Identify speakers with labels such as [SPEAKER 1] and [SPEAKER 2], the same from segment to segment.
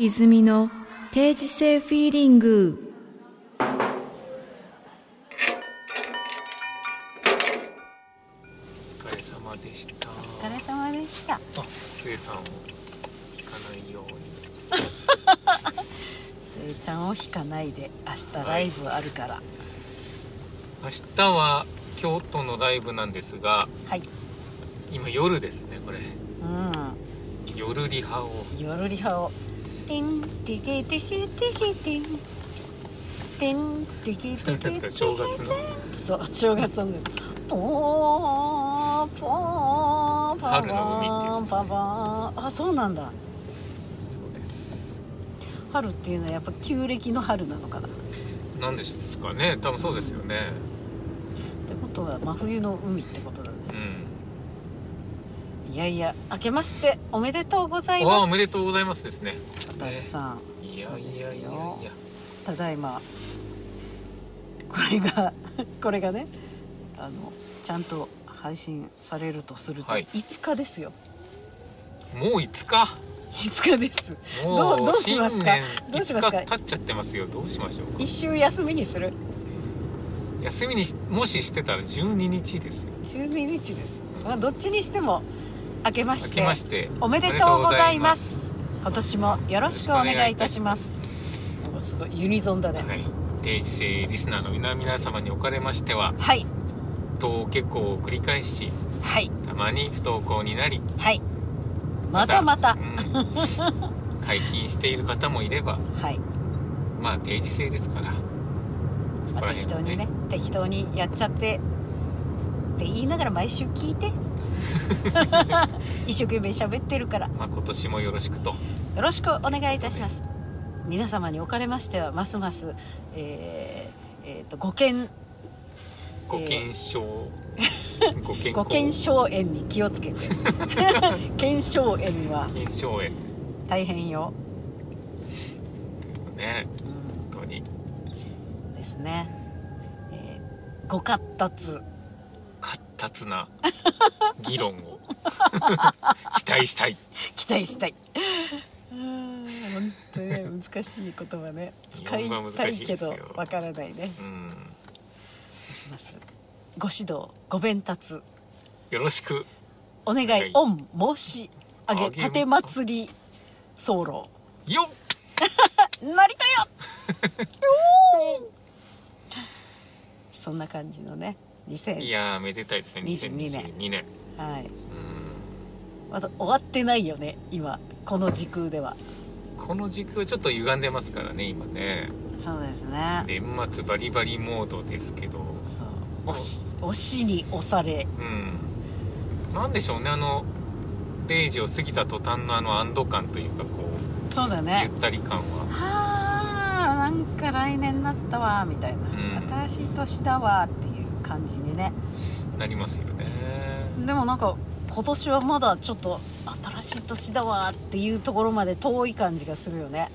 [SPEAKER 1] 泉の定時性フィーリング
[SPEAKER 2] お疲れ様でした。
[SPEAKER 3] お疲れ様でした
[SPEAKER 2] あ、すえさんを引かないように。
[SPEAKER 3] スエちゃんを引かないで明日ライブあるから
[SPEAKER 2] 明日は京都のライブなんですが、
[SPEAKER 3] はい、
[SPEAKER 2] 今夜ですね。これ夜リハを
[SPEAKER 3] うん夜リハを「ティンティキティキティキティン」ティンティキティキテ
[SPEAKER 2] なん
[SPEAKER 3] ィ
[SPEAKER 2] か
[SPEAKER 3] キ
[SPEAKER 2] 正月の
[SPEAKER 3] そう正月ソングポーポーパ
[SPEAKER 2] 春の海っていうやつですね
[SPEAKER 3] パパーンあそうなんだ
[SPEAKER 2] そうです。
[SPEAKER 3] 春っていうのはやっぱ旧暦の春なのかなっ
[SPEAKER 2] なんですかね。多分そうですよね。
[SPEAKER 3] てことは真冬の海ってことだね
[SPEAKER 2] うん。
[SPEAKER 3] いやいや明けましておめでとうございます
[SPEAKER 2] わあおめでとうございますですね。
[SPEAKER 3] 渡るさん
[SPEAKER 2] いや
[SPEAKER 3] そうで
[SPEAKER 2] い
[SPEAKER 3] す
[SPEAKER 2] や
[SPEAKER 3] よ
[SPEAKER 2] いやいや。
[SPEAKER 3] ただいまこれが これがねあのちゃんと配信されるとすると
[SPEAKER 2] はい
[SPEAKER 3] 5日ですよ、
[SPEAKER 2] もう5日。
[SPEAKER 3] 5日ですどう
[SPEAKER 2] も
[SPEAKER 3] どうしますかどうしますか
[SPEAKER 2] 5日経っちゃってますよ。どうしましょうか。
[SPEAKER 3] 一周休みにする
[SPEAKER 2] 休みにしもししてたら12日ですよ。
[SPEAKER 3] 12日です、まあ、どっちにしても明けま
[SPEAKER 2] 明
[SPEAKER 3] して
[SPEAKER 2] けまして
[SPEAKER 3] おめでとうございま。す今年もよろしくお願いいたしますなんかすごいユニゾンだね
[SPEAKER 2] はい、定時制リスナーの皆皆様におかれましては
[SPEAKER 3] はい
[SPEAKER 2] 不登下校を繰り返し
[SPEAKER 3] はい
[SPEAKER 2] たまに不登校になり
[SPEAKER 3] はいまたまた
[SPEAKER 2] うん解禁している方もいれば
[SPEAKER 3] はい
[SPEAKER 2] まあ定時制ですからそ
[SPEAKER 3] まあ、適当にね適当にやっちゃってって言いながら毎週聞い て一生懸命喋ってるからよ
[SPEAKER 2] まあ、今年もよろしくと
[SPEAKER 3] ろしくお願いいたします皆様におかれましてはますます、えーえーとご健
[SPEAKER 2] ご健勝、ご健
[SPEAKER 3] ご健
[SPEAKER 2] 康
[SPEAKER 3] 小炎に気をつ けて健小炎は
[SPEAKER 2] 健勝園
[SPEAKER 3] 大変よ、
[SPEAKER 2] というね
[SPEAKER 3] う
[SPEAKER 2] 本当に
[SPEAKER 3] んですね、えーご活達
[SPEAKER 2] 活発な議論 を 期待したい
[SPEAKER 3] 期待したい。 本当ね難しい言葉ね。使い
[SPEAKER 2] 日本語は
[SPEAKER 3] た
[SPEAKER 2] 難
[SPEAKER 3] い
[SPEAKER 2] しい
[SPEAKER 3] け
[SPEAKER 2] ですよ
[SPEAKER 3] どわからないね。
[SPEAKER 2] うん
[SPEAKER 3] します。ご指導、ご鞭達、
[SPEAKER 2] よろしく
[SPEAKER 3] お願
[SPEAKER 2] はい
[SPEAKER 3] い、御申し上
[SPEAKER 2] あ
[SPEAKER 3] げ、
[SPEAKER 2] げま
[SPEAKER 3] 盾祭り候
[SPEAKER 2] よっ
[SPEAKER 3] なりたよ。 そんな感じのね、
[SPEAKER 2] い
[SPEAKER 3] 2000。
[SPEAKER 2] やーめでたいですね
[SPEAKER 3] 22
[SPEAKER 2] 2022年
[SPEAKER 3] は
[SPEAKER 2] う
[SPEAKER 3] い。
[SPEAKER 2] ん
[SPEAKER 3] まだ終わってないよね。今この時空では。
[SPEAKER 2] この時空ちょっと歪んでますからね今ね
[SPEAKER 3] そうですね。
[SPEAKER 2] 年末バリバリモードですけど
[SPEAKER 3] そう。押し押しに押され。
[SPEAKER 2] うんなんでしょうねあの0時を過ぎた途端のあの安堵感というかこう
[SPEAKER 3] そうだ
[SPEAKER 2] ゆ
[SPEAKER 3] ね。
[SPEAKER 2] ったり感は
[SPEAKER 3] はあなんか来年なったわみたいな、
[SPEAKER 2] ん
[SPEAKER 3] 新しい年だわっていう感じにね
[SPEAKER 2] なりますよね
[SPEAKER 3] でもなんか今年はまだちょっと新しい年だわっていうところまで遠い感じがするよね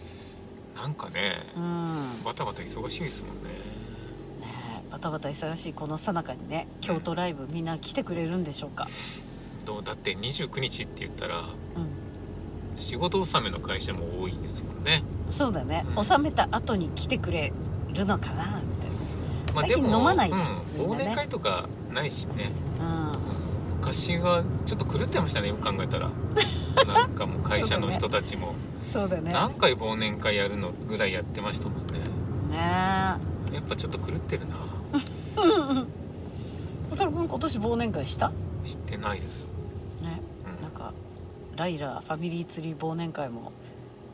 [SPEAKER 2] なんかね
[SPEAKER 3] うん
[SPEAKER 2] バタバタ忙しいですもんね
[SPEAKER 3] ねえバタバタ忙しいこの最中にね京都ライブみんな来てくれるんでしょうか
[SPEAKER 2] どうだって29日って言ったら
[SPEAKER 3] うん
[SPEAKER 2] 仕事納めの会社も多いんですもんね、
[SPEAKER 3] そうだね、
[SPEAKER 2] うん
[SPEAKER 3] 収めた後に来てくれるのかなみたい
[SPEAKER 2] まあ、
[SPEAKER 3] 最
[SPEAKER 2] で
[SPEAKER 3] 近
[SPEAKER 2] も
[SPEAKER 3] 飲まないじゃん
[SPEAKER 2] う
[SPEAKER 3] み
[SPEAKER 2] 忘
[SPEAKER 3] んなね
[SPEAKER 2] 年会とかないしね
[SPEAKER 3] なうん
[SPEAKER 2] 昔はちょっと狂ってましたねよく考えた らなんかもう会社の人たちも、
[SPEAKER 3] そうだね
[SPEAKER 2] 何回忘年会やるのぐらいやってましたもんね
[SPEAKER 3] ね
[SPEAKER 2] やっぱちょっと狂ってるな
[SPEAKER 3] え小太郎君今年忘年会した
[SPEAKER 2] 知ってないです、
[SPEAKER 3] ね
[SPEAKER 2] うん
[SPEAKER 3] なんかライラファミリーツリー忘年会も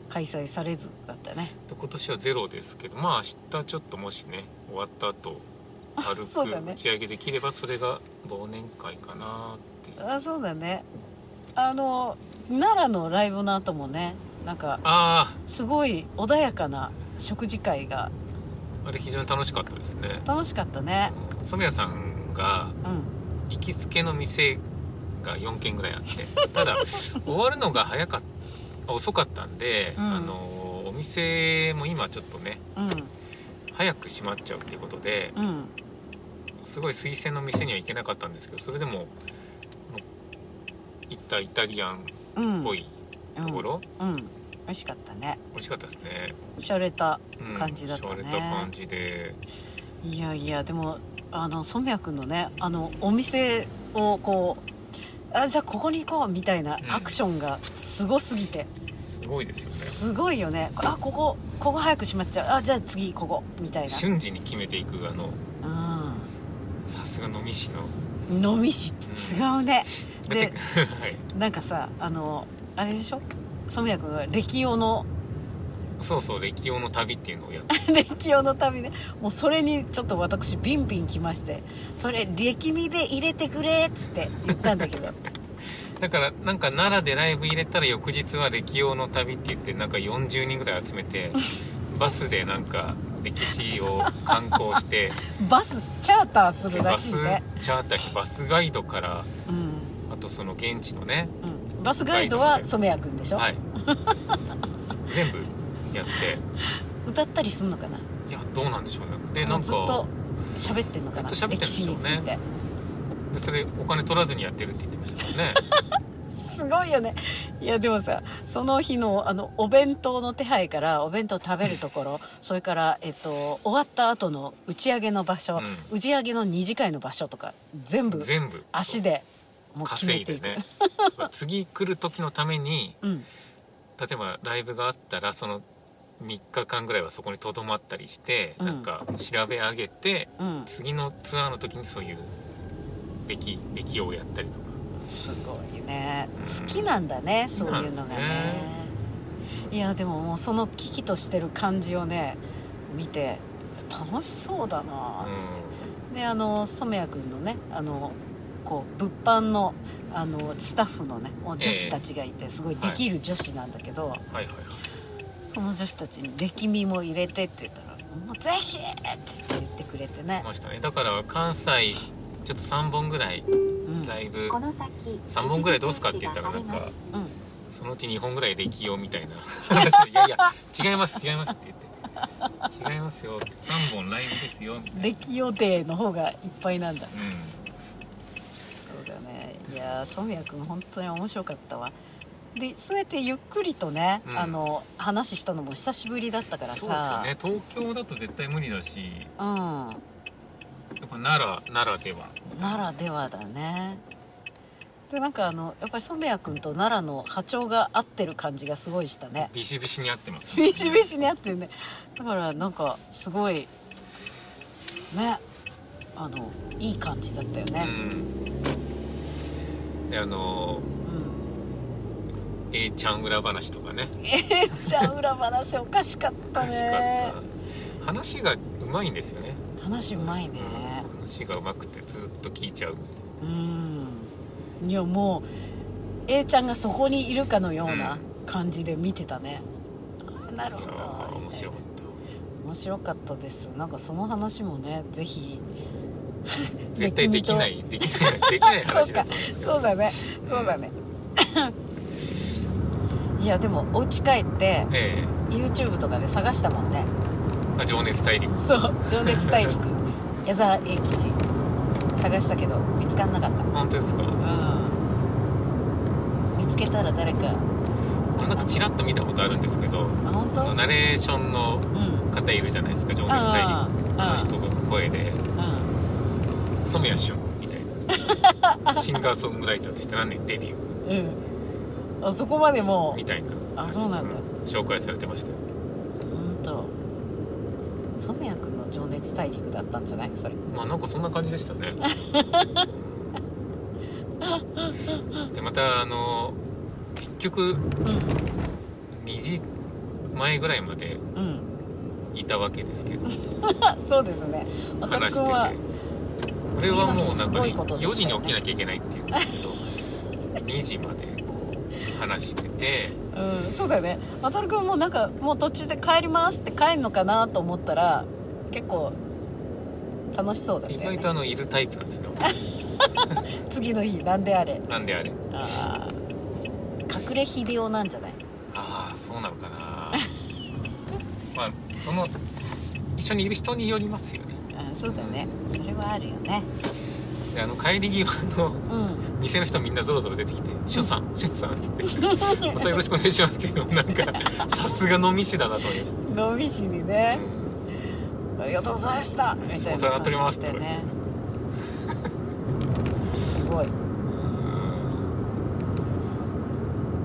[SPEAKER 3] 開催されずだったよね
[SPEAKER 2] で今年はゼロですけどまあ明日ちょっともしね終わった後軽
[SPEAKER 3] そうだ
[SPEAKER 2] く
[SPEAKER 3] ね
[SPEAKER 2] 打ち上げできればそれが忘年会かなっていう
[SPEAKER 3] あそうだねあの奈良のライブの後もねなんか
[SPEAKER 2] あ
[SPEAKER 3] すごい穏やかな食事会が
[SPEAKER 2] ああれ非常に楽しかったですね
[SPEAKER 3] 楽しかったね
[SPEAKER 2] 染谷さんが
[SPEAKER 3] うん
[SPEAKER 2] 行きつけの店が4軒ぐらいあってただ終わるのが早かった遅かったんで、
[SPEAKER 3] うん
[SPEAKER 2] あのお店も今ちょっとね
[SPEAKER 3] う
[SPEAKER 2] 早く閉まっちゃうっていうことで
[SPEAKER 3] んうん
[SPEAKER 2] すごい推薦の店には行けなかったんですけどそれでもあの行ったイタリアン
[SPEAKER 3] うん
[SPEAKER 2] っぽいところ
[SPEAKER 3] うん、うん美味しかったね
[SPEAKER 2] 美味しかったですね、
[SPEAKER 3] 洒落た
[SPEAKER 2] うん、
[SPEAKER 3] 感じだったね
[SPEAKER 2] しゃれた感じで
[SPEAKER 3] いやいやでもあの染谷君のねあのお店をこうあじゃあここに行こうみたいな
[SPEAKER 2] うん
[SPEAKER 3] アクションがすごすぎて
[SPEAKER 2] すごいですよね
[SPEAKER 3] すごいよねあここここ早く閉まっちゃうあじゃあ次ここみたい
[SPEAKER 2] 瞬時に決めていくあの
[SPEAKER 3] な
[SPEAKER 2] さすがのみ師の
[SPEAKER 3] うん飲みし違うね
[SPEAKER 2] だっ
[SPEAKER 3] で
[SPEAKER 2] て はい
[SPEAKER 3] なんかさあのあれでしょ染谷君は歴代の
[SPEAKER 2] そうそう歴用の旅っていうのをやって
[SPEAKER 3] 歴代の旅ねもうそれにちょっと私ビンビン来ましてそれ歴味で入れてくれっつって言ったんだ けど
[SPEAKER 2] だからなんか奈良でライブ入れたら翌日は歴用の旅って言ってなんか40人ぐらい集め てバスでなんか歴史を観光 して
[SPEAKER 3] バスチャーターするら
[SPEAKER 2] バ
[SPEAKER 3] しい
[SPEAKER 2] ス
[SPEAKER 3] ね
[SPEAKER 2] チャーターバスガイドから
[SPEAKER 3] うん
[SPEAKER 2] あとその現地のね
[SPEAKER 3] うんバスガイドは染谷君でしょ、
[SPEAKER 2] はい全部やって
[SPEAKER 3] 歌ったりすんのかない
[SPEAKER 2] やどうなんでしょうねでな
[SPEAKER 3] もうんずっ
[SPEAKER 2] か
[SPEAKER 3] と喋ってんのかな
[SPEAKER 2] ずっと喋ってんで
[SPEAKER 3] 歴
[SPEAKER 2] し
[SPEAKER 3] 史
[SPEAKER 2] ょう
[SPEAKER 3] に
[SPEAKER 2] ね
[SPEAKER 3] ついて
[SPEAKER 2] でそれお金取らずにやってるって言ってましたもんね
[SPEAKER 3] すごいよねいやでもさその日のあのお弁当の手配からお弁当食べるところそれから、えっと、終わった後の打ち上げの場所、
[SPEAKER 2] う
[SPEAKER 3] 打ち上げの二次会の場所とか全部
[SPEAKER 2] 全部
[SPEAKER 3] 足でもう決
[SPEAKER 2] 稼
[SPEAKER 3] め
[SPEAKER 2] い
[SPEAKER 3] て
[SPEAKER 2] で
[SPEAKER 3] いく
[SPEAKER 2] ね次来る時のために
[SPEAKER 3] うん
[SPEAKER 2] 例えばライブがあったらその3日間ぐらいはそこにとどまったりして、
[SPEAKER 3] うん
[SPEAKER 2] なんか調べ上げて
[SPEAKER 3] うん
[SPEAKER 2] 次のツアーの時にそういう歴歴をやったりとか
[SPEAKER 3] すごいね
[SPEAKER 2] うん
[SPEAKER 3] 好きなんだね、そうい
[SPEAKER 2] 好き
[SPEAKER 3] う
[SPEAKER 2] な
[SPEAKER 3] の
[SPEAKER 2] ん
[SPEAKER 3] が
[SPEAKER 2] ですね
[SPEAKER 3] ねいやでももうその危機としてる感じをね見て楽しそうだな
[SPEAKER 2] う
[SPEAKER 3] っ
[SPEAKER 2] ん
[SPEAKER 3] つって、であの染谷君のねあのこう物販のあのスタッフのねお女子たちがいて、すごいできる女子なんだけど、
[SPEAKER 2] はいはいはい
[SPEAKER 3] その女子たちに「歴味も入れて」って言ったら「もうぜひ!」って言ってくれてね、
[SPEAKER 2] ましたねだから関西ちょっと3本ぐらい
[SPEAKER 3] うん
[SPEAKER 2] ライブ
[SPEAKER 4] この先
[SPEAKER 2] 3本ぐらいどうすかって言ったらなんか
[SPEAKER 3] うん
[SPEAKER 2] そのうち2本ぐらい歴用みたいな話をいやいや違います違いますって言って違いますよって3本ライブですよみたいな
[SPEAKER 3] 歴予定の方がいっぱいなんだ
[SPEAKER 2] う
[SPEAKER 3] そうだねいやー染谷君本当に面白かったわでそうやってゆっくりとね、
[SPEAKER 2] うん
[SPEAKER 3] あの話したのも久しぶりだったから
[SPEAKER 2] ん
[SPEAKER 3] さ
[SPEAKER 2] そうですよね東京だと絶対無理だし
[SPEAKER 3] うん
[SPEAKER 2] やっぱ奈良ならでは
[SPEAKER 3] ならではだねでなんかあのやっぱり染谷君と奈良の波長が合ってる感じがすごいしたね
[SPEAKER 2] ビシビシに合ってますね
[SPEAKER 3] ビシビシに合ってるねだからなんかすごいねあのいい感じだったよね
[SPEAKER 2] うんであの
[SPEAKER 3] う
[SPEAKER 2] 「
[SPEAKER 3] ん、
[SPEAKER 2] A ちゃん裏話」とかね
[SPEAKER 3] じゃあ裏話おかしかった
[SPEAKER 2] 楽しか
[SPEAKER 3] ね
[SPEAKER 2] った話がうまいんですよね
[SPEAKER 3] 話うまいね
[SPEAKER 2] 話がうまくてずっと聞いちゃう
[SPEAKER 3] うんいやもう A ちゃんがそこにいるかのような感じで見てたね、あなる
[SPEAKER 2] い
[SPEAKER 3] ほ
[SPEAKER 2] や
[SPEAKER 3] ど
[SPEAKER 2] ー面白かっ
[SPEAKER 3] 面白かったですなんかその話もねぜひ
[SPEAKER 2] た絶対できないできないできない話だったんですけど
[SPEAKER 3] そうだね
[SPEAKER 2] ん
[SPEAKER 3] そうだねいやでもお家帰って
[SPEAKER 2] え
[SPEAKER 3] YouTube とかで探したもんね
[SPEAKER 2] えあ情熱大陸
[SPEAKER 3] そう「情熱大 陸」矢沢永吉探したけど見つかんなかった
[SPEAKER 2] 本当ですか
[SPEAKER 3] 見つけたら誰か
[SPEAKER 2] あなんかチラッと見たことあるんですけど
[SPEAKER 3] あ本
[SPEAKER 2] あ
[SPEAKER 3] 当
[SPEAKER 2] のナレーションの
[SPEAKER 3] うん
[SPEAKER 2] 方いるじゃないですか情熱大陸
[SPEAKER 3] あ
[SPEAKER 2] あの
[SPEAKER 3] あ
[SPEAKER 2] 人が声で「染谷俊」みたいな シンガーソングライターとして何年デビュー
[SPEAKER 3] うんうんあそこまでも
[SPEAKER 2] みたいな
[SPEAKER 3] あそうなんだ
[SPEAKER 2] 紹介されてましたよ
[SPEAKER 3] う本当染谷君の「情熱大陸」だったんじゃないそれ
[SPEAKER 2] まあなんかそんな感じでした ねでまたあの結局
[SPEAKER 3] う
[SPEAKER 2] 2時前ぐらいまで
[SPEAKER 3] んうん
[SPEAKER 2] いたわけですけど
[SPEAKER 3] あそうですねおた
[SPEAKER 2] 話
[SPEAKER 3] く
[SPEAKER 2] して
[SPEAKER 3] ん
[SPEAKER 2] て
[SPEAKER 3] は
[SPEAKER 2] これはもうなんか
[SPEAKER 3] 次の日すご
[SPEAKER 2] ね
[SPEAKER 3] いことで
[SPEAKER 2] 4
[SPEAKER 3] し
[SPEAKER 2] 時
[SPEAKER 3] た
[SPEAKER 2] に
[SPEAKER 3] よね
[SPEAKER 2] 起きなきゃいけないっていうんですけど2時までこう話してて
[SPEAKER 3] うんそうだよねまさるくんもなんかもう途中で帰りますって帰るのかなと思ったら結構楽しそうだった
[SPEAKER 2] 意
[SPEAKER 3] よ
[SPEAKER 2] 外
[SPEAKER 3] ね
[SPEAKER 2] とあのいるタイプなんです よ
[SPEAKER 3] 次の日なんであれ
[SPEAKER 2] なんであれ
[SPEAKER 3] あー隠れ秀夫なんじゃない
[SPEAKER 2] ああそうなの かなまあその一緒にいる人によりますよね
[SPEAKER 3] あそうだねそれはあるよね
[SPEAKER 2] であの帰り際の
[SPEAKER 3] うん
[SPEAKER 2] 店の人みんなぞろぞろ出てきて「しゅんさんしゅんさん」っつって 「またよろしくお願いします」っていうのもなんかさすが飲み師だなと思いました
[SPEAKER 3] 伸びしにねありがとうございましたみたいな感じ
[SPEAKER 2] お世話になっております
[SPEAKER 3] でね すごい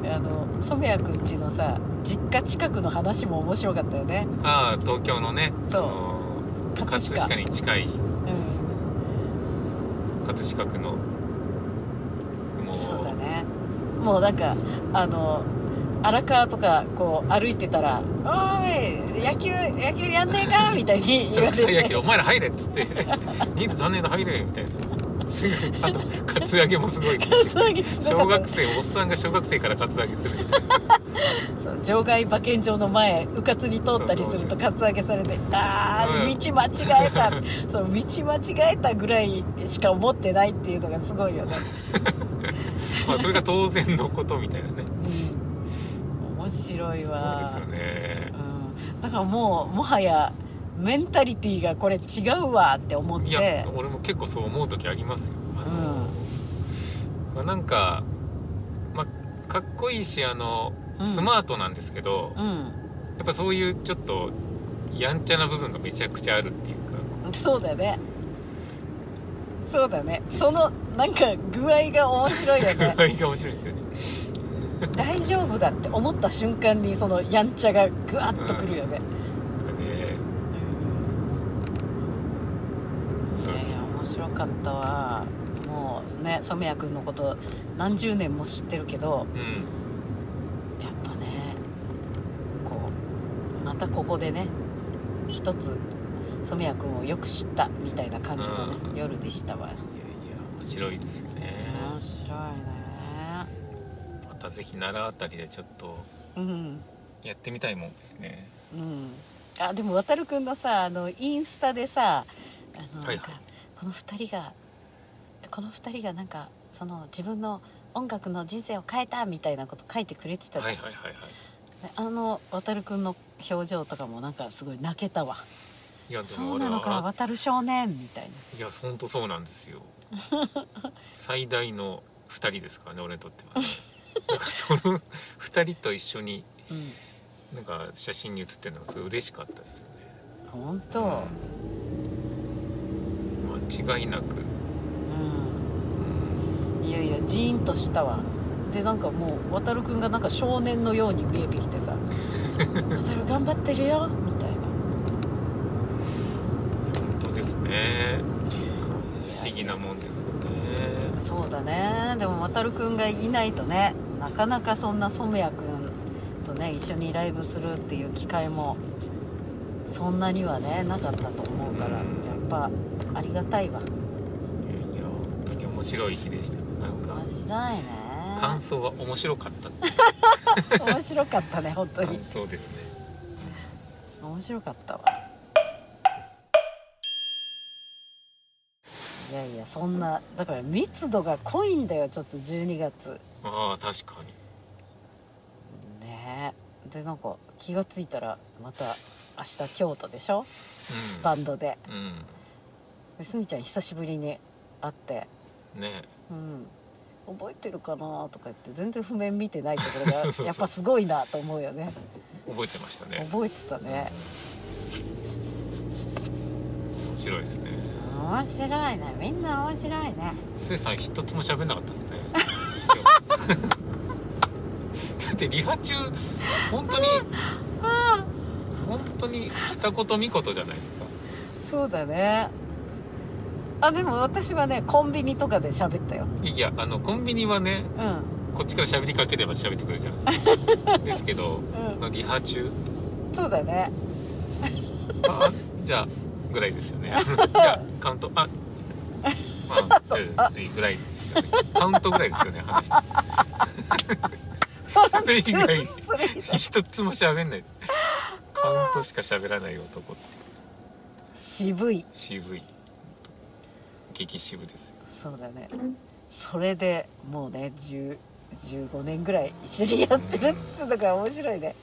[SPEAKER 3] あの染谷くんちのさ実家近くの話も面白かったよね
[SPEAKER 2] ああ東京のね
[SPEAKER 3] そう
[SPEAKER 2] う
[SPEAKER 3] 葛飾
[SPEAKER 2] 葛飾に近い
[SPEAKER 3] うん
[SPEAKER 2] 葛飾区のもう
[SPEAKER 3] そうだねもうなんかあの荒川とかこう歩いてたら「おーい野球野球やんね えか?」みたいに
[SPEAKER 2] そ
[SPEAKER 3] 言
[SPEAKER 2] れ
[SPEAKER 3] わ
[SPEAKER 2] 臭い
[SPEAKER 3] れ
[SPEAKER 2] や
[SPEAKER 3] て
[SPEAKER 2] けどお前ら入れっつって人数残念だ入れよみたいなすぐあとカツアゲもすごい
[SPEAKER 3] そういうすご
[SPEAKER 2] 小
[SPEAKER 3] かった
[SPEAKER 2] 学生おっさんが小学生からカツアゲするみたいな
[SPEAKER 3] そう場外馬券場の前うかつに通ったりするとカツアゲされて「ああ
[SPEAKER 2] うん
[SPEAKER 3] 道間違 えた」その道間違えたぐらいしか思ってないっていうのがすごいよね、
[SPEAKER 2] まあそれが当然のことみたいなね
[SPEAKER 3] うん、面白い
[SPEAKER 2] そう
[SPEAKER 3] わ
[SPEAKER 2] ですよね
[SPEAKER 3] うん、だからもうもはやメンタリティーがこれ違うわって思っ
[SPEAKER 2] い
[SPEAKER 3] て
[SPEAKER 2] や、俺も結構そう思う時ありますよあのまあ
[SPEAKER 3] うん
[SPEAKER 2] なんか、まあ、かっこいいしあの
[SPEAKER 3] うん
[SPEAKER 2] スマートなんですけど、
[SPEAKER 3] う
[SPEAKER 2] やっぱそういうちょっとやんちゃな部分がめちゃくちゃあるっていうか
[SPEAKER 3] ん、そうだねそうだねそのなんか具合が面白いよね
[SPEAKER 2] 具合が面白いですよね
[SPEAKER 3] 大丈夫だって思った瞬間にそのやんちゃがグワッとくるよね、
[SPEAKER 2] なんかね
[SPEAKER 3] いやいや面白かったわもうね染谷君のこと何十年も知ってるけど
[SPEAKER 2] うん
[SPEAKER 3] やっぱねこうまたここでね一つ染谷君をよく知ったみたいな感じのね
[SPEAKER 2] うん
[SPEAKER 3] 夜でしたわ
[SPEAKER 2] いやいや面白いですよね
[SPEAKER 3] 面白いね
[SPEAKER 2] またぜひ奈良あたりでちょっと
[SPEAKER 3] うん
[SPEAKER 2] やってみたいもんですね
[SPEAKER 3] うん、あでも渡るくんのさあのインスタでさあの、
[SPEAKER 2] はいはい
[SPEAKER 3] なんかこの2人がこの2人がなんかその自分の音楽の人生を変えたみたいなこと書いてくれてた
[SPEAKER 2] はい
[SPEAKER 3] じゃん、
[SPEAKER 2] はいはいはい
[SPEAKER 3] あの渡るくんの表情とかもなんかすごい泣けたわ
[SPEAKER 2] いやで
[SPEAKER 3] そ
[SPEAKER 2] も
[SPEAKER 3] う
[SPEAKER 2] 俺
[SPEAKER 3] なのか
[SPEAKER 2] は
[SPEAKER 3] 渡る少年みたい
[SPEAKER 2] いや本当そうなんですよ最大の2人ですからね俺にとっては、ね、 なんかその2人と一緒に
[SPEAKER 3] なうん
[SPEAKER 2] なんか写真に写ってるのがすごい嬉しかったですよね
[SPEAKER 3] 本当
[SPEAKER 2] 間違いなく、
[SPEAKER 3] うん、
[SPEAKER 2] うん
[SPEAKER 3] いやいやジーンとしたわでなんかもう渡るくんがなんか少年のように見えてきて さ「渡る頑張ってるよ」みたいな
[SPEAKER 2] 本当ですね不思議なもんですよね
[SPEAKER 3] そうだねでも渡るくんがいないとねなかなかそんな染谷くんとね一緒にライブするっていう機会もそんなにはねなかったと思うからやっぱありがたいわ
[SPEAKER 2] いやいや本当に面白い日でしたなんか
[SPEAKER 3] 面白いね
[SPEAKER 2] 感想は面白かったっていう
[SPEAKER 3] 面白かったね本当
[SPEAKER 2] 感
[SPEAKER 3] に
[SPEAKER 2] 想ですね
[SPEAKER 3] 面白かったわいやいやそんなだから密度が濃いんだよちょっと12月
[SPEAKER 2] ああ確かに
[SPEAKER 3] ねえでなんか気がついたらまた明日京都でしょバンドで
[SPEAKER 2] うん、
[SPEAKER 3] でスミちゃん久しぶりに会って
[SPEAKER 2] うん、ね
[SPEAKER 3] 「うん覚えてるかな?」とか言って全然譜面見てないと こ
[SPEAKER 2] そうそ
[SPEAKER 3] ろ
[SPEAKER 2] うそ
[SPEAKER 3] が
[SPEAKER 2] う
[SPEAKER 3] やっぱすごいなと思うよね
[SPEAKER 2] 覚えてましたね
[SPEAKER 3] 覚えてたね
[SPEAKER 2] 面白いですね
[SPEAKER 3] 面白いねみんな面白いね
[SPEAKER 2] スエさん一つも喋んなかったですねだってリハ中本当に本当に二言三言じゃないですか
[SPEAKER 3] そうだねあでも私はねコンビニとかで喋ったよ
[SPEAKER 2] いやあのコンビニはね
[SPEAKER 3] うんうん
[SPEAKER 2] こっちから喋りかければ喋ってくれるじゃないですかですけど、まあリハ中
[SPEAKER 3] そうだね
[SPEAKER 2] あじゃあぐらいですよねじゃあカウントあワンツースリーぐらいですよねカウントぐらいですよね話して それ以外一つも喋んないカウントしか喋らない男って
[SPEAKER 3] 渋い
[SPEAKER 2] 渋い激渋ですよ
[SPEAKER 3] そうだねそれでもうね10 15年ぐらい一緒にやってるっつうのが面白いね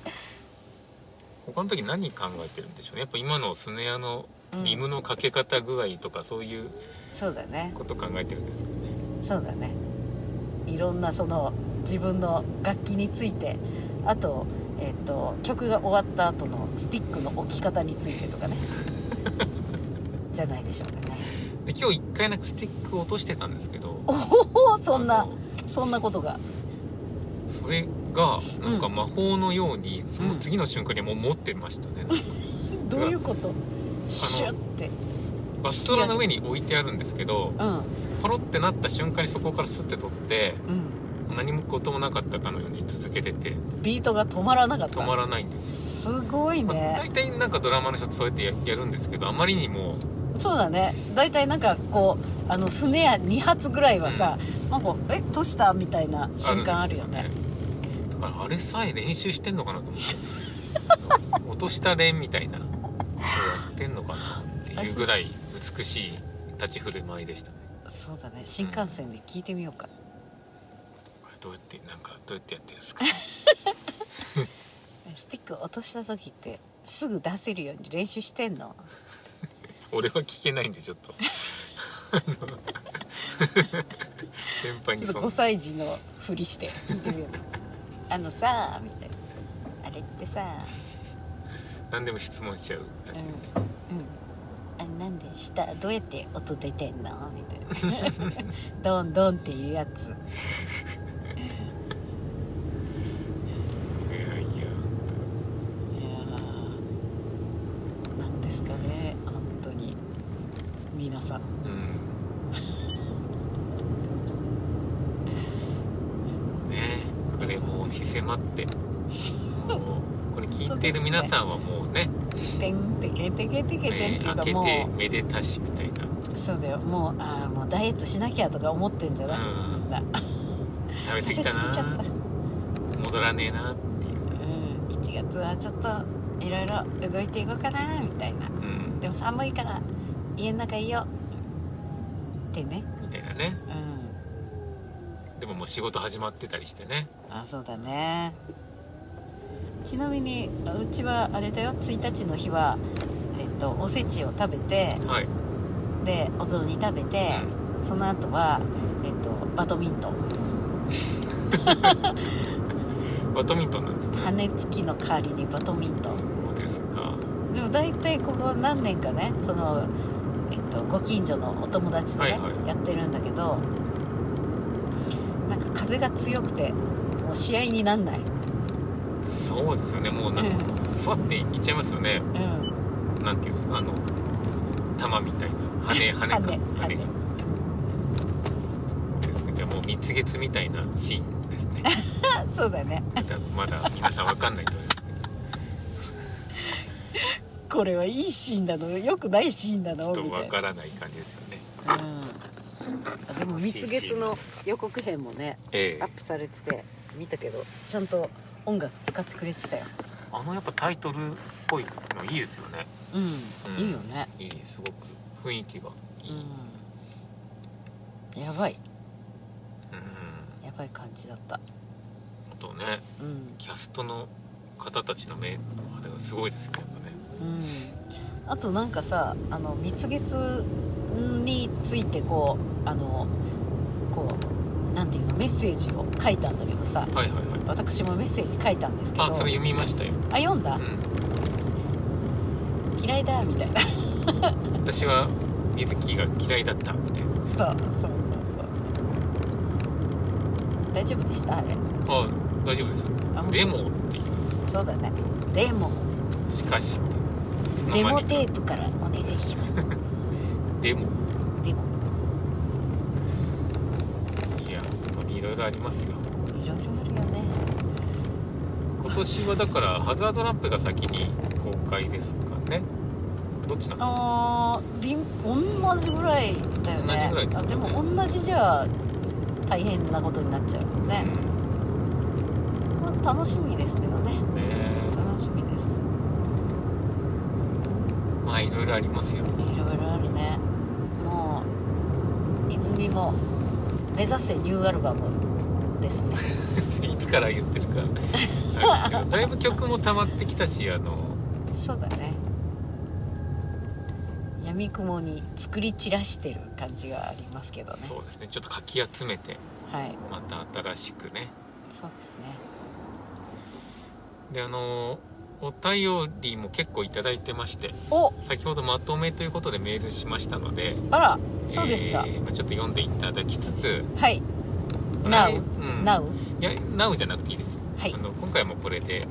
[SPEAKER 2] 他の時何考えてるんでしょうねやっぱ今のスネアの
[SPEAKER 3] うん
[SPEAKER 2] リムのかけ方具合とかそういう
[SPEAKER 3] そうだね
[SPEAKER 2] こと考えてるんですかね
[SPEAKER 3] そうだねいろんなその自分の楽器についてあと,、えっと曲が終わった後のスティックの置き方についてとかねじゃないでしょうかね
[SPEAKER 2] で今日一回なんかスティック落としてたんですけど
[SPEAKER 3] おおそん
[SPEAKER 2] あ
[SPEAKER 3] な
[SPEAKER 2] の
[SPEAKER 3] そんなことが
[SPEAKER 2] それがなんか
[SPEAKER 3] うん
[SPEAKER 2] 魔法のようにその次の瞬間にもう持ってました ね、
[SPEAKER 3] どういうことシュッて
[SPEAKER 2] バストラの上に置いてあるんですけど
[SPEAKER 3] うん
[SPEAKER 2] パロってなった瞬間にそこからスッて取って
[SPEAKER 3] うん
[SPEAKER 2] 何もこともなかったかのように続けてて
[SPEAKER 3] ビートが止まらなかった
[SPEAKER 2] 止まらないんですよ
[SPEAKER 3] すごい
[SPEAKER 2] まあ、大
[SPEAKER 3] ね
[SPEAKER 2] 体なんかドラマの人ってそうやってややるんですけどあまりにも
[SPEAKER 3] そうだね大体なんかこうあのスネア2発ぐらいはさ、なんか「えどうした?」みたいな瞬間あるよね
[SPEAKER 2] だからあれさえ練習してんのかなと思ってあ の落とした練みたいなことやってんのかなっていうぐらい美しい立ち振る舞いでしたね
[SPEAKER 3] そうだね新幹線で聞いてみようか、
[SPEAKER 2] これどうやってなんかどうやってやってるんですか
[SPEAKER 3] スティック落とした時ってすぐ出せるように練習してんの
[SPEAKER 2] 俺は聞けないんでちょっ とあの先輩
[SPEAKER 3] ち
[SPEAKER 2] に
[SPEAKER 3] ょっ
[SPEAKER 2] そ
[SPEAKER 3] と
[SPEAKER 2] の
[SPEAKER 3] 5歳児のふりして聞いてみよう あのさみたいなあれってさ
[SPEAKER 2] 何でも質問しちゃう感じ、
[SPEAKER 3] うんうんあなんで下どうやって音出てんのみた いなドンドンっていうやつ
[SPEAKER 2] いやいや
[SPEAKER 3] いやーなんですかね本当に皆さん
[SPEAKER 2] うんねえこれもう押し迫ってもうこれ聞いてる皆さんはもうね
[SPEAKER 3] てんてけてけてけてん
[SPEAKER 2] ね
[SPEAKER 3] っていうか
[SPEAKER 2] 開け
[SPEAKER 3] も
[SPEAKER 2] て
[SPEAKER 3] う
[SPEAKER 2] めでたしみたいな
[SPEAKER 3] そうだよもうああもうダイエットしなきゃとか思ってんじゃない
[SPEAKER 2] うん
[SPEAKER 3] みんな
[SPEAKER 2] 食べ過ぎた
[SPEAKER 3] 食べ過ぎちゃった
[SPEAKER 2] な戻らねえなっていう
[SPEAKER 3] うん1月はちょっといろいろ動いていこうかなみたいな
[SPEAKER 2] うん
[SPEAKER 3] でも寒いから家の中いようってね
[SPEAKER 2] みたいなね
[SPEAKER 3] うん
[SPEAKER 2] でももう仕事始まってたりしてね
[SPEAKER 3] あそうだねちなみにうちはあれだよ1日の日は、えっと、おせちを食べて
[SPEAKER 2] はい
[SPEAKER 3] でお雑煮食べてその後はえっとバドミントン
[SPEAKER 2] バドミントンなんですね
[SPEAKER 3] 羽根付きの代わりにバドミントン
[SPEAKER 2] そうですか
[SPEAKER 3] でも大体ここ何年かねその、えっと、ご近所のお友達とね、
[SPEAKER 2] はいはい
[SPEAKER 3] やってるんだけどなんか風が強くてもう試合になんない、
[SPEAKER 2] そうですよねもう
[SPEAKER 3] う
[SPEAKER 2] なんんかふわっていっちゃいますよね
[SPEAKER 3] うん、
[SPEAKER 2] なんていうんですかあの玉みたいな 羽羽か羽
[SPEAKER 3] 羽羽
[SPEAKER 2] がそうですねじゃあもう蜜月みたいなシーンです ね
[SPEAKER 3] あそうだね
[SPEAKER 2] 多分まだ皆さんわかんないと思います
[SPEAKER 3] これはいいシーンなのよくないシーンな
[SPEAKER 2] けど
[SPEAKER 3] の
[SPEAKER 2] ちょっ
[SPEAKER 3] み
[SPEAKER 2] と
[SPEAKER 3] た
[SPEAKER 2] わ
[SPEAKER 3] いな、
[SPEAKER 2] からない感じですよね
[SPEAKER 3] うん、でも蜜月の予告編もね
[SPEAKER 2] ええ
[SPEAKER 3] アップされてて見たけどちゃんと音楽使ってくれてたよ
[SPEAKER 2] あのやっぱタイトルっぽいのいいですよね
[SPEAKER 3] うん、
[SPEAKER 2] うん
[SPEAKER 3] いいよね
[SPEAKER 2] いいすごく雰囲気がいい、
[SPEAKER 3] うんやば
[SPEAKER 2] う
[SPEAKER 3] い
[SPEAKER 2] ん
[SPEAKER 3] やばい感じだった
[SPEAKER 2] あとね
[SPEAKER 3] うん、
[SPEAKER 2] キャストの方たちの目あれがすごいですよねやっぱね
[SPEAKER 3] うん、あとなんかさあの蜜月についてこうあのこうなんていうのメッセージを書いたんだけどさ
[SPEAKER 2] はいはいはい
[SPEAKER 3] 私もメッセージ書いたんですけど
[SPEAKER 2] あそれ読みましたよ、
[SPEAKER 3] あ読んだ、
[SPEAKER 2] う、
[SPEAKER 3] 嫌いだみたいなそうん
[SPEAKER 2] 私は水木が嫌いだったみたいな
[SPEAKER 3] そうそうそうそう大丈夫でしたあれ
[SPEAKER 2] あ大丈夫ですよ
[SPEAKER 3] あ
[SPEAKER 2] でもっていう
[SPEAKER 3] そうだねでも
[SPEAKER 2] しかしみたいないつの
[SPEAKER 3] デ
[SPEAKER 2] 間
[SPEAKER 3] モ
[SPEAKER 2] にか
[SPEAKER 3] テープからお願いします
[SPEAKER 2] でも
[SPEAKER 3] でも
[SPEAKER 2] いや本当にいろいろありますよ
[SPEAKER 3] いろいろあるよね
[SPEAKER 2] 今年はだからハザードランプが先に公開ですかねどっちなの
[SPEAKER 3] あーりん同じぐらいだよね
[SPEAKER 2] 同じぐらいです
[SPEAKER 3] あ
[SPEAKER 2] かね
[SPEAKER 3] でも同じじゃ大変なことになっちゃうもんね、まあ、楽しみですけどね
[SPEAKER 2] うんね
[SPEAKER 3] 楽しみです
[SPEAKER 2] えまあいろいろありますよ
[SPEAKER 3] いろいろあるねもう泉も目指せニューアルバムですね
[SPEAKER 2] いつから言ってるかあれですけどだいぶ曲も溜まってきたしあの
[SPEAKER 3] そうだね闇雲に作り散らしてる感じがありますけどね
[SPEAKER 2] そうですねちょっとかき集めて
[SPEAKER 3] はい
[SPEAKER 2] また新しくね
[SPEAKER 3] そうですね
[SPEAKER 2] であのお便りも結構いただいてまして
[SPEAKER 3] お
[SPEAKER 2] 先ほどまとめということでメールしましたので
[SPEAKER 3] あらそうですか、
[SPEAKER 2] えーまあ、ちょっと読んでいただきつつ
[SPEAKER 3] はい
[SPEAKER 2] 来
[SPEAKER 3] Now
[SPEAKER 2] うん、
[SPEAKER 3] Now
[SPEAKER 2] いや Now じゃなくていいです、
[SPEAKER 3] はい
[SPEAKER 2] あの今回もこれ で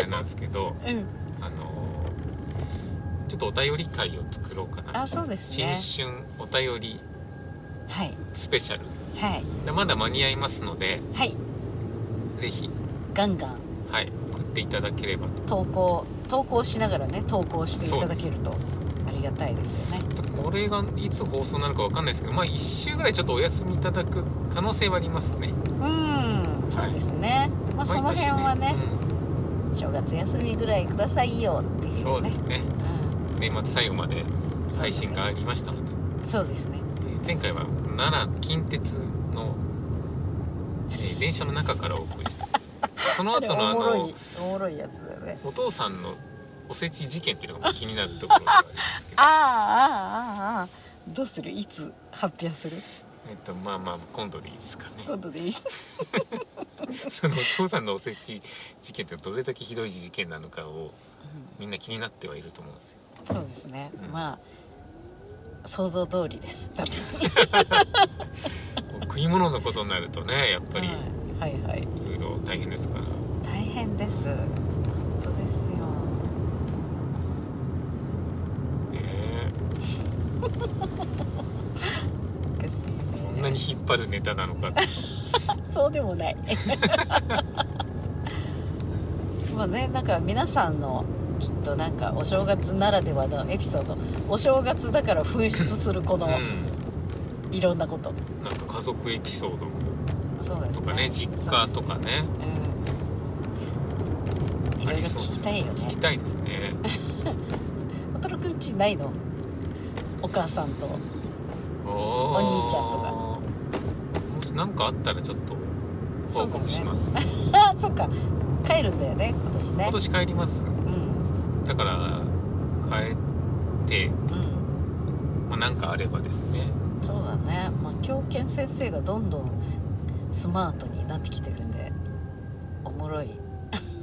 [SPEAKER 2] あれなんですけど
[SPEAKER 3] うん
[SPEAKER 2] あのちょっとお便り会を作ろうかな
[SPEAKER 3] あそうですね
[SPEAKER 2] 新春お便り
[SPEAKER 3] はい
[SPEAKER 2] スペシャル
[SPEAKER 3] はい
[SPEAKER 2] でまだ間に合いますので
[SPEAKER 3] はい
[SPEAKER 2] ぜひ、
[SPEAKER 3] ガンガン
[SPEAKER 2] はい、送っていただければと
[SPEAKER 3] 投稿投稿しながらね投稿していただけるとありがたいですよね
[SPEAKER 2] これがいつ放送になるかわかんないですけどまあ1週ぐらいちょっとお休みいただく可能性はありますね
[SPEAKER 3] うんそうですね、まあ、その
[SPEAKER 2] 毎年
[SPEAKER 3] 辺はね、
[SPEAKER 2] うん
[SPEAKER 3] 正月休みぐらいくださいよっていうね
[SPEAKER 2] そうですね
[SPEAKER 3] う
[SPEAKER 2] 年末最後まで配信がありましたので、
[SPEAKER 3] んそうですね
[SPEAKER 2] えー前回は奈良近鉄の、えー電車の中からお送りしたその
[SPEAKER 3] あれ
[SPEAKER 2] 後
[SPEAKER 3] お
[SPEAKER 2] のあ
[SPEAKER 3] もろ
[SPEAKER 2] の
[SPEAKER 3] いおもろいやつだよね
[SPEAKER 2] お父さんのおせち事件っていうのが気になるところではあるんですけど
[SPEAKER 3] ああああああどうするいつ発表する
[SPEAKER 2] えっとまあまあ今度でいいですかね
[SPEAKER 3] 今度でいい
[SPEAKER 2] そのお父さんのおせち事件ってどれだけひどい事件なのかをみんな気になってはいると思うんです よ
[SPEAKER 3] そうですね、
[SPEAKER 2] うん
[SPEAKER 3] まあ想像通りです多分
[SPEAKER 2] こう食い物のことになるとねやっぱりい
[SPEAKER 3] はいはいはい
[SPEAKER 2] ろいろ大変ですから
[SPEAKER 3] 大変です本当ですよ
[SPEAKER 2] ね
[SPEAKER 3] おかしいね
[SPEAKER 2] そんなに引っ張るネタなのかって
[SPEAKER 3] そうでもない まあねなんか皆さんのきっとなんかお正月ならではのエピソードお正月だから噴出するこ
[SPEAKER 2] う
[SPEAKER 3] の
[SPEAKER 2] ん
[SPEAKER 3] いろんなこと、
[SPEAKER 2] なんか家族エピソード
[SPEAKER 3] そうで
[SPEAKER 2] と
[SPEAKER 3] すね
[SPEAKER 2] かね実家とかね
[SPEAKER 3] うんいろいろ聞きたいよ
[SPEAKER 2] 聞
[SPEAKER 3] ね
[SPEAKER 2] きたいですね
[SPEAKER 3] 渡るくんちないのお母さんと
[SPEAKER 2] お
[SPEAKER 3] お兄ちゃんとか
[SPEAKER 2] もし何かあったらちょっと報告します、
[SPEAKER 3] あそっか帰るんだよね今年ね
[SPEAKER 2] 今年帰ります
[SPEAKER 3] うん
[SPEAKER 2] だから帰って、
[SPEAKER 3] うん
[SPEAKER 2] まあ、何かあればですね
[SPEAKER 3] そうだねまあ狂犬先生がどんどんスマートになってきてるんでおも ろい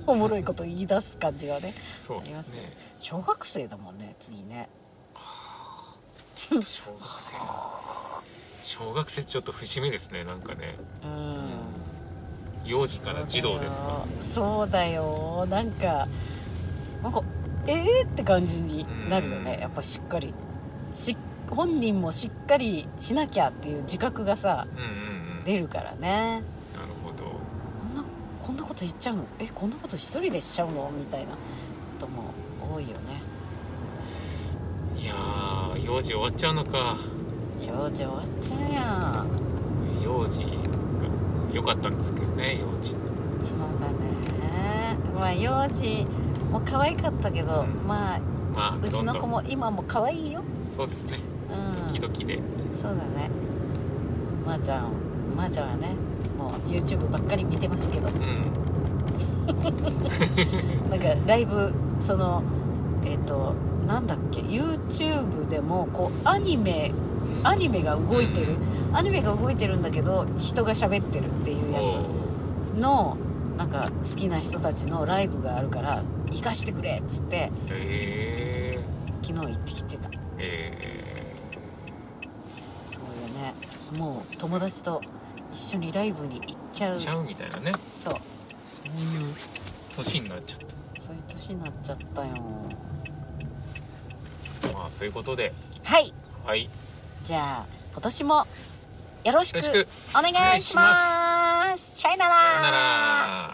[SPEAKER 3] おもろいこと言い出す感じがね
[SPEAKER 2] そうで
[SPEAKER 3] ありますす
[SPEAKER 2] ね
[SPEAKER 3] ね小学生だもんね次ね
[SPEAKER 2] 小学生小学生ちょっと節目ですねなんかね
[SPEAKER 3] うん
[SPEAKER 2] 幼児から児童ですか
[SPEAKER 3] そうだよそうだよなんかなんかえー、って感じになるよね
[SPEAKER 2] うん
[SPEAKER 3] やっぱしっかりし本人もしっかりしなきゃっていう自覚がさ
[SPEAKER 2] うんうんうんなる
[SPEAKER 3] 出るからね
[SPEAKER 2] ほど
[SPEAKER 3] こんなこんなこと言っちゃうのえこんなこと一人でしちゃうのみたいなことも多いよね
[SPEAKER 2] いやー幼児終わっちゃうのか
[SPEAKER 3] 幼児終わっちゃうやん
[SPEAKER 2] 幼児が良かったんですけどね幼児
[SPEAKER 3] そうだねまあ幼児も可愛かったけどまあ
[SPEAKER 2] まあ
[SPEAKER 3] う
[SPEAKER 2] ど
[SPEAKER 3] ち
[SPEAKER 2] んど
[SPEAKER 3] の子
[SPEAKER 2] ん
[SPEAKER 3] も今も可愛いよ
[SPEAKER 2] そうですね
[SPEAKER 3] うん
[SPEAKER 2] 時々で、
[SPEAKER 3] そうだねまー、ちゃんまー、ちゃんはねもう YouTube ばっかり見てますけど
[SPEAKER 2] うん、
[SPEAKER 3] なんかライブそのえっ、となんだっけ YouTube でもこうアニメアニメが動いてる、アニメが動いてるんだけど人が喋ってるっていうや
[SPEAKER 2] お
[SPEAKER 3] つのなんか好きな人たちのライブがあるから行かしてくれっつって
[SPEAKER 2] ーへ
[SPEAKER 3] 昨日行ってきてた
[SPEAKER 2] ええ
[SPEAKER 3] そうだねもう友達と一緒にライブに行っちゃ
[SPEAKER 2] ー
[SPEAKER 3] う
[SPEAKER 2] ちゃうみたいなね
[SPEAKER 3] そう
[SPEAKER 2] そういう年になっちゃっ
[SPEAKER 3] そういう年になっちゃったよ
[SPEAKER 2] たまあそういうことで
[SPEAKER 3] はい
[SPEAKER 2] はいよ
[SPEAKER 3] じゃあ今年もよろしく
[SPEAKER 2] ろしく
[SPEAKER 3] お願いしますさよなら
[SPEAKER 2] さよなら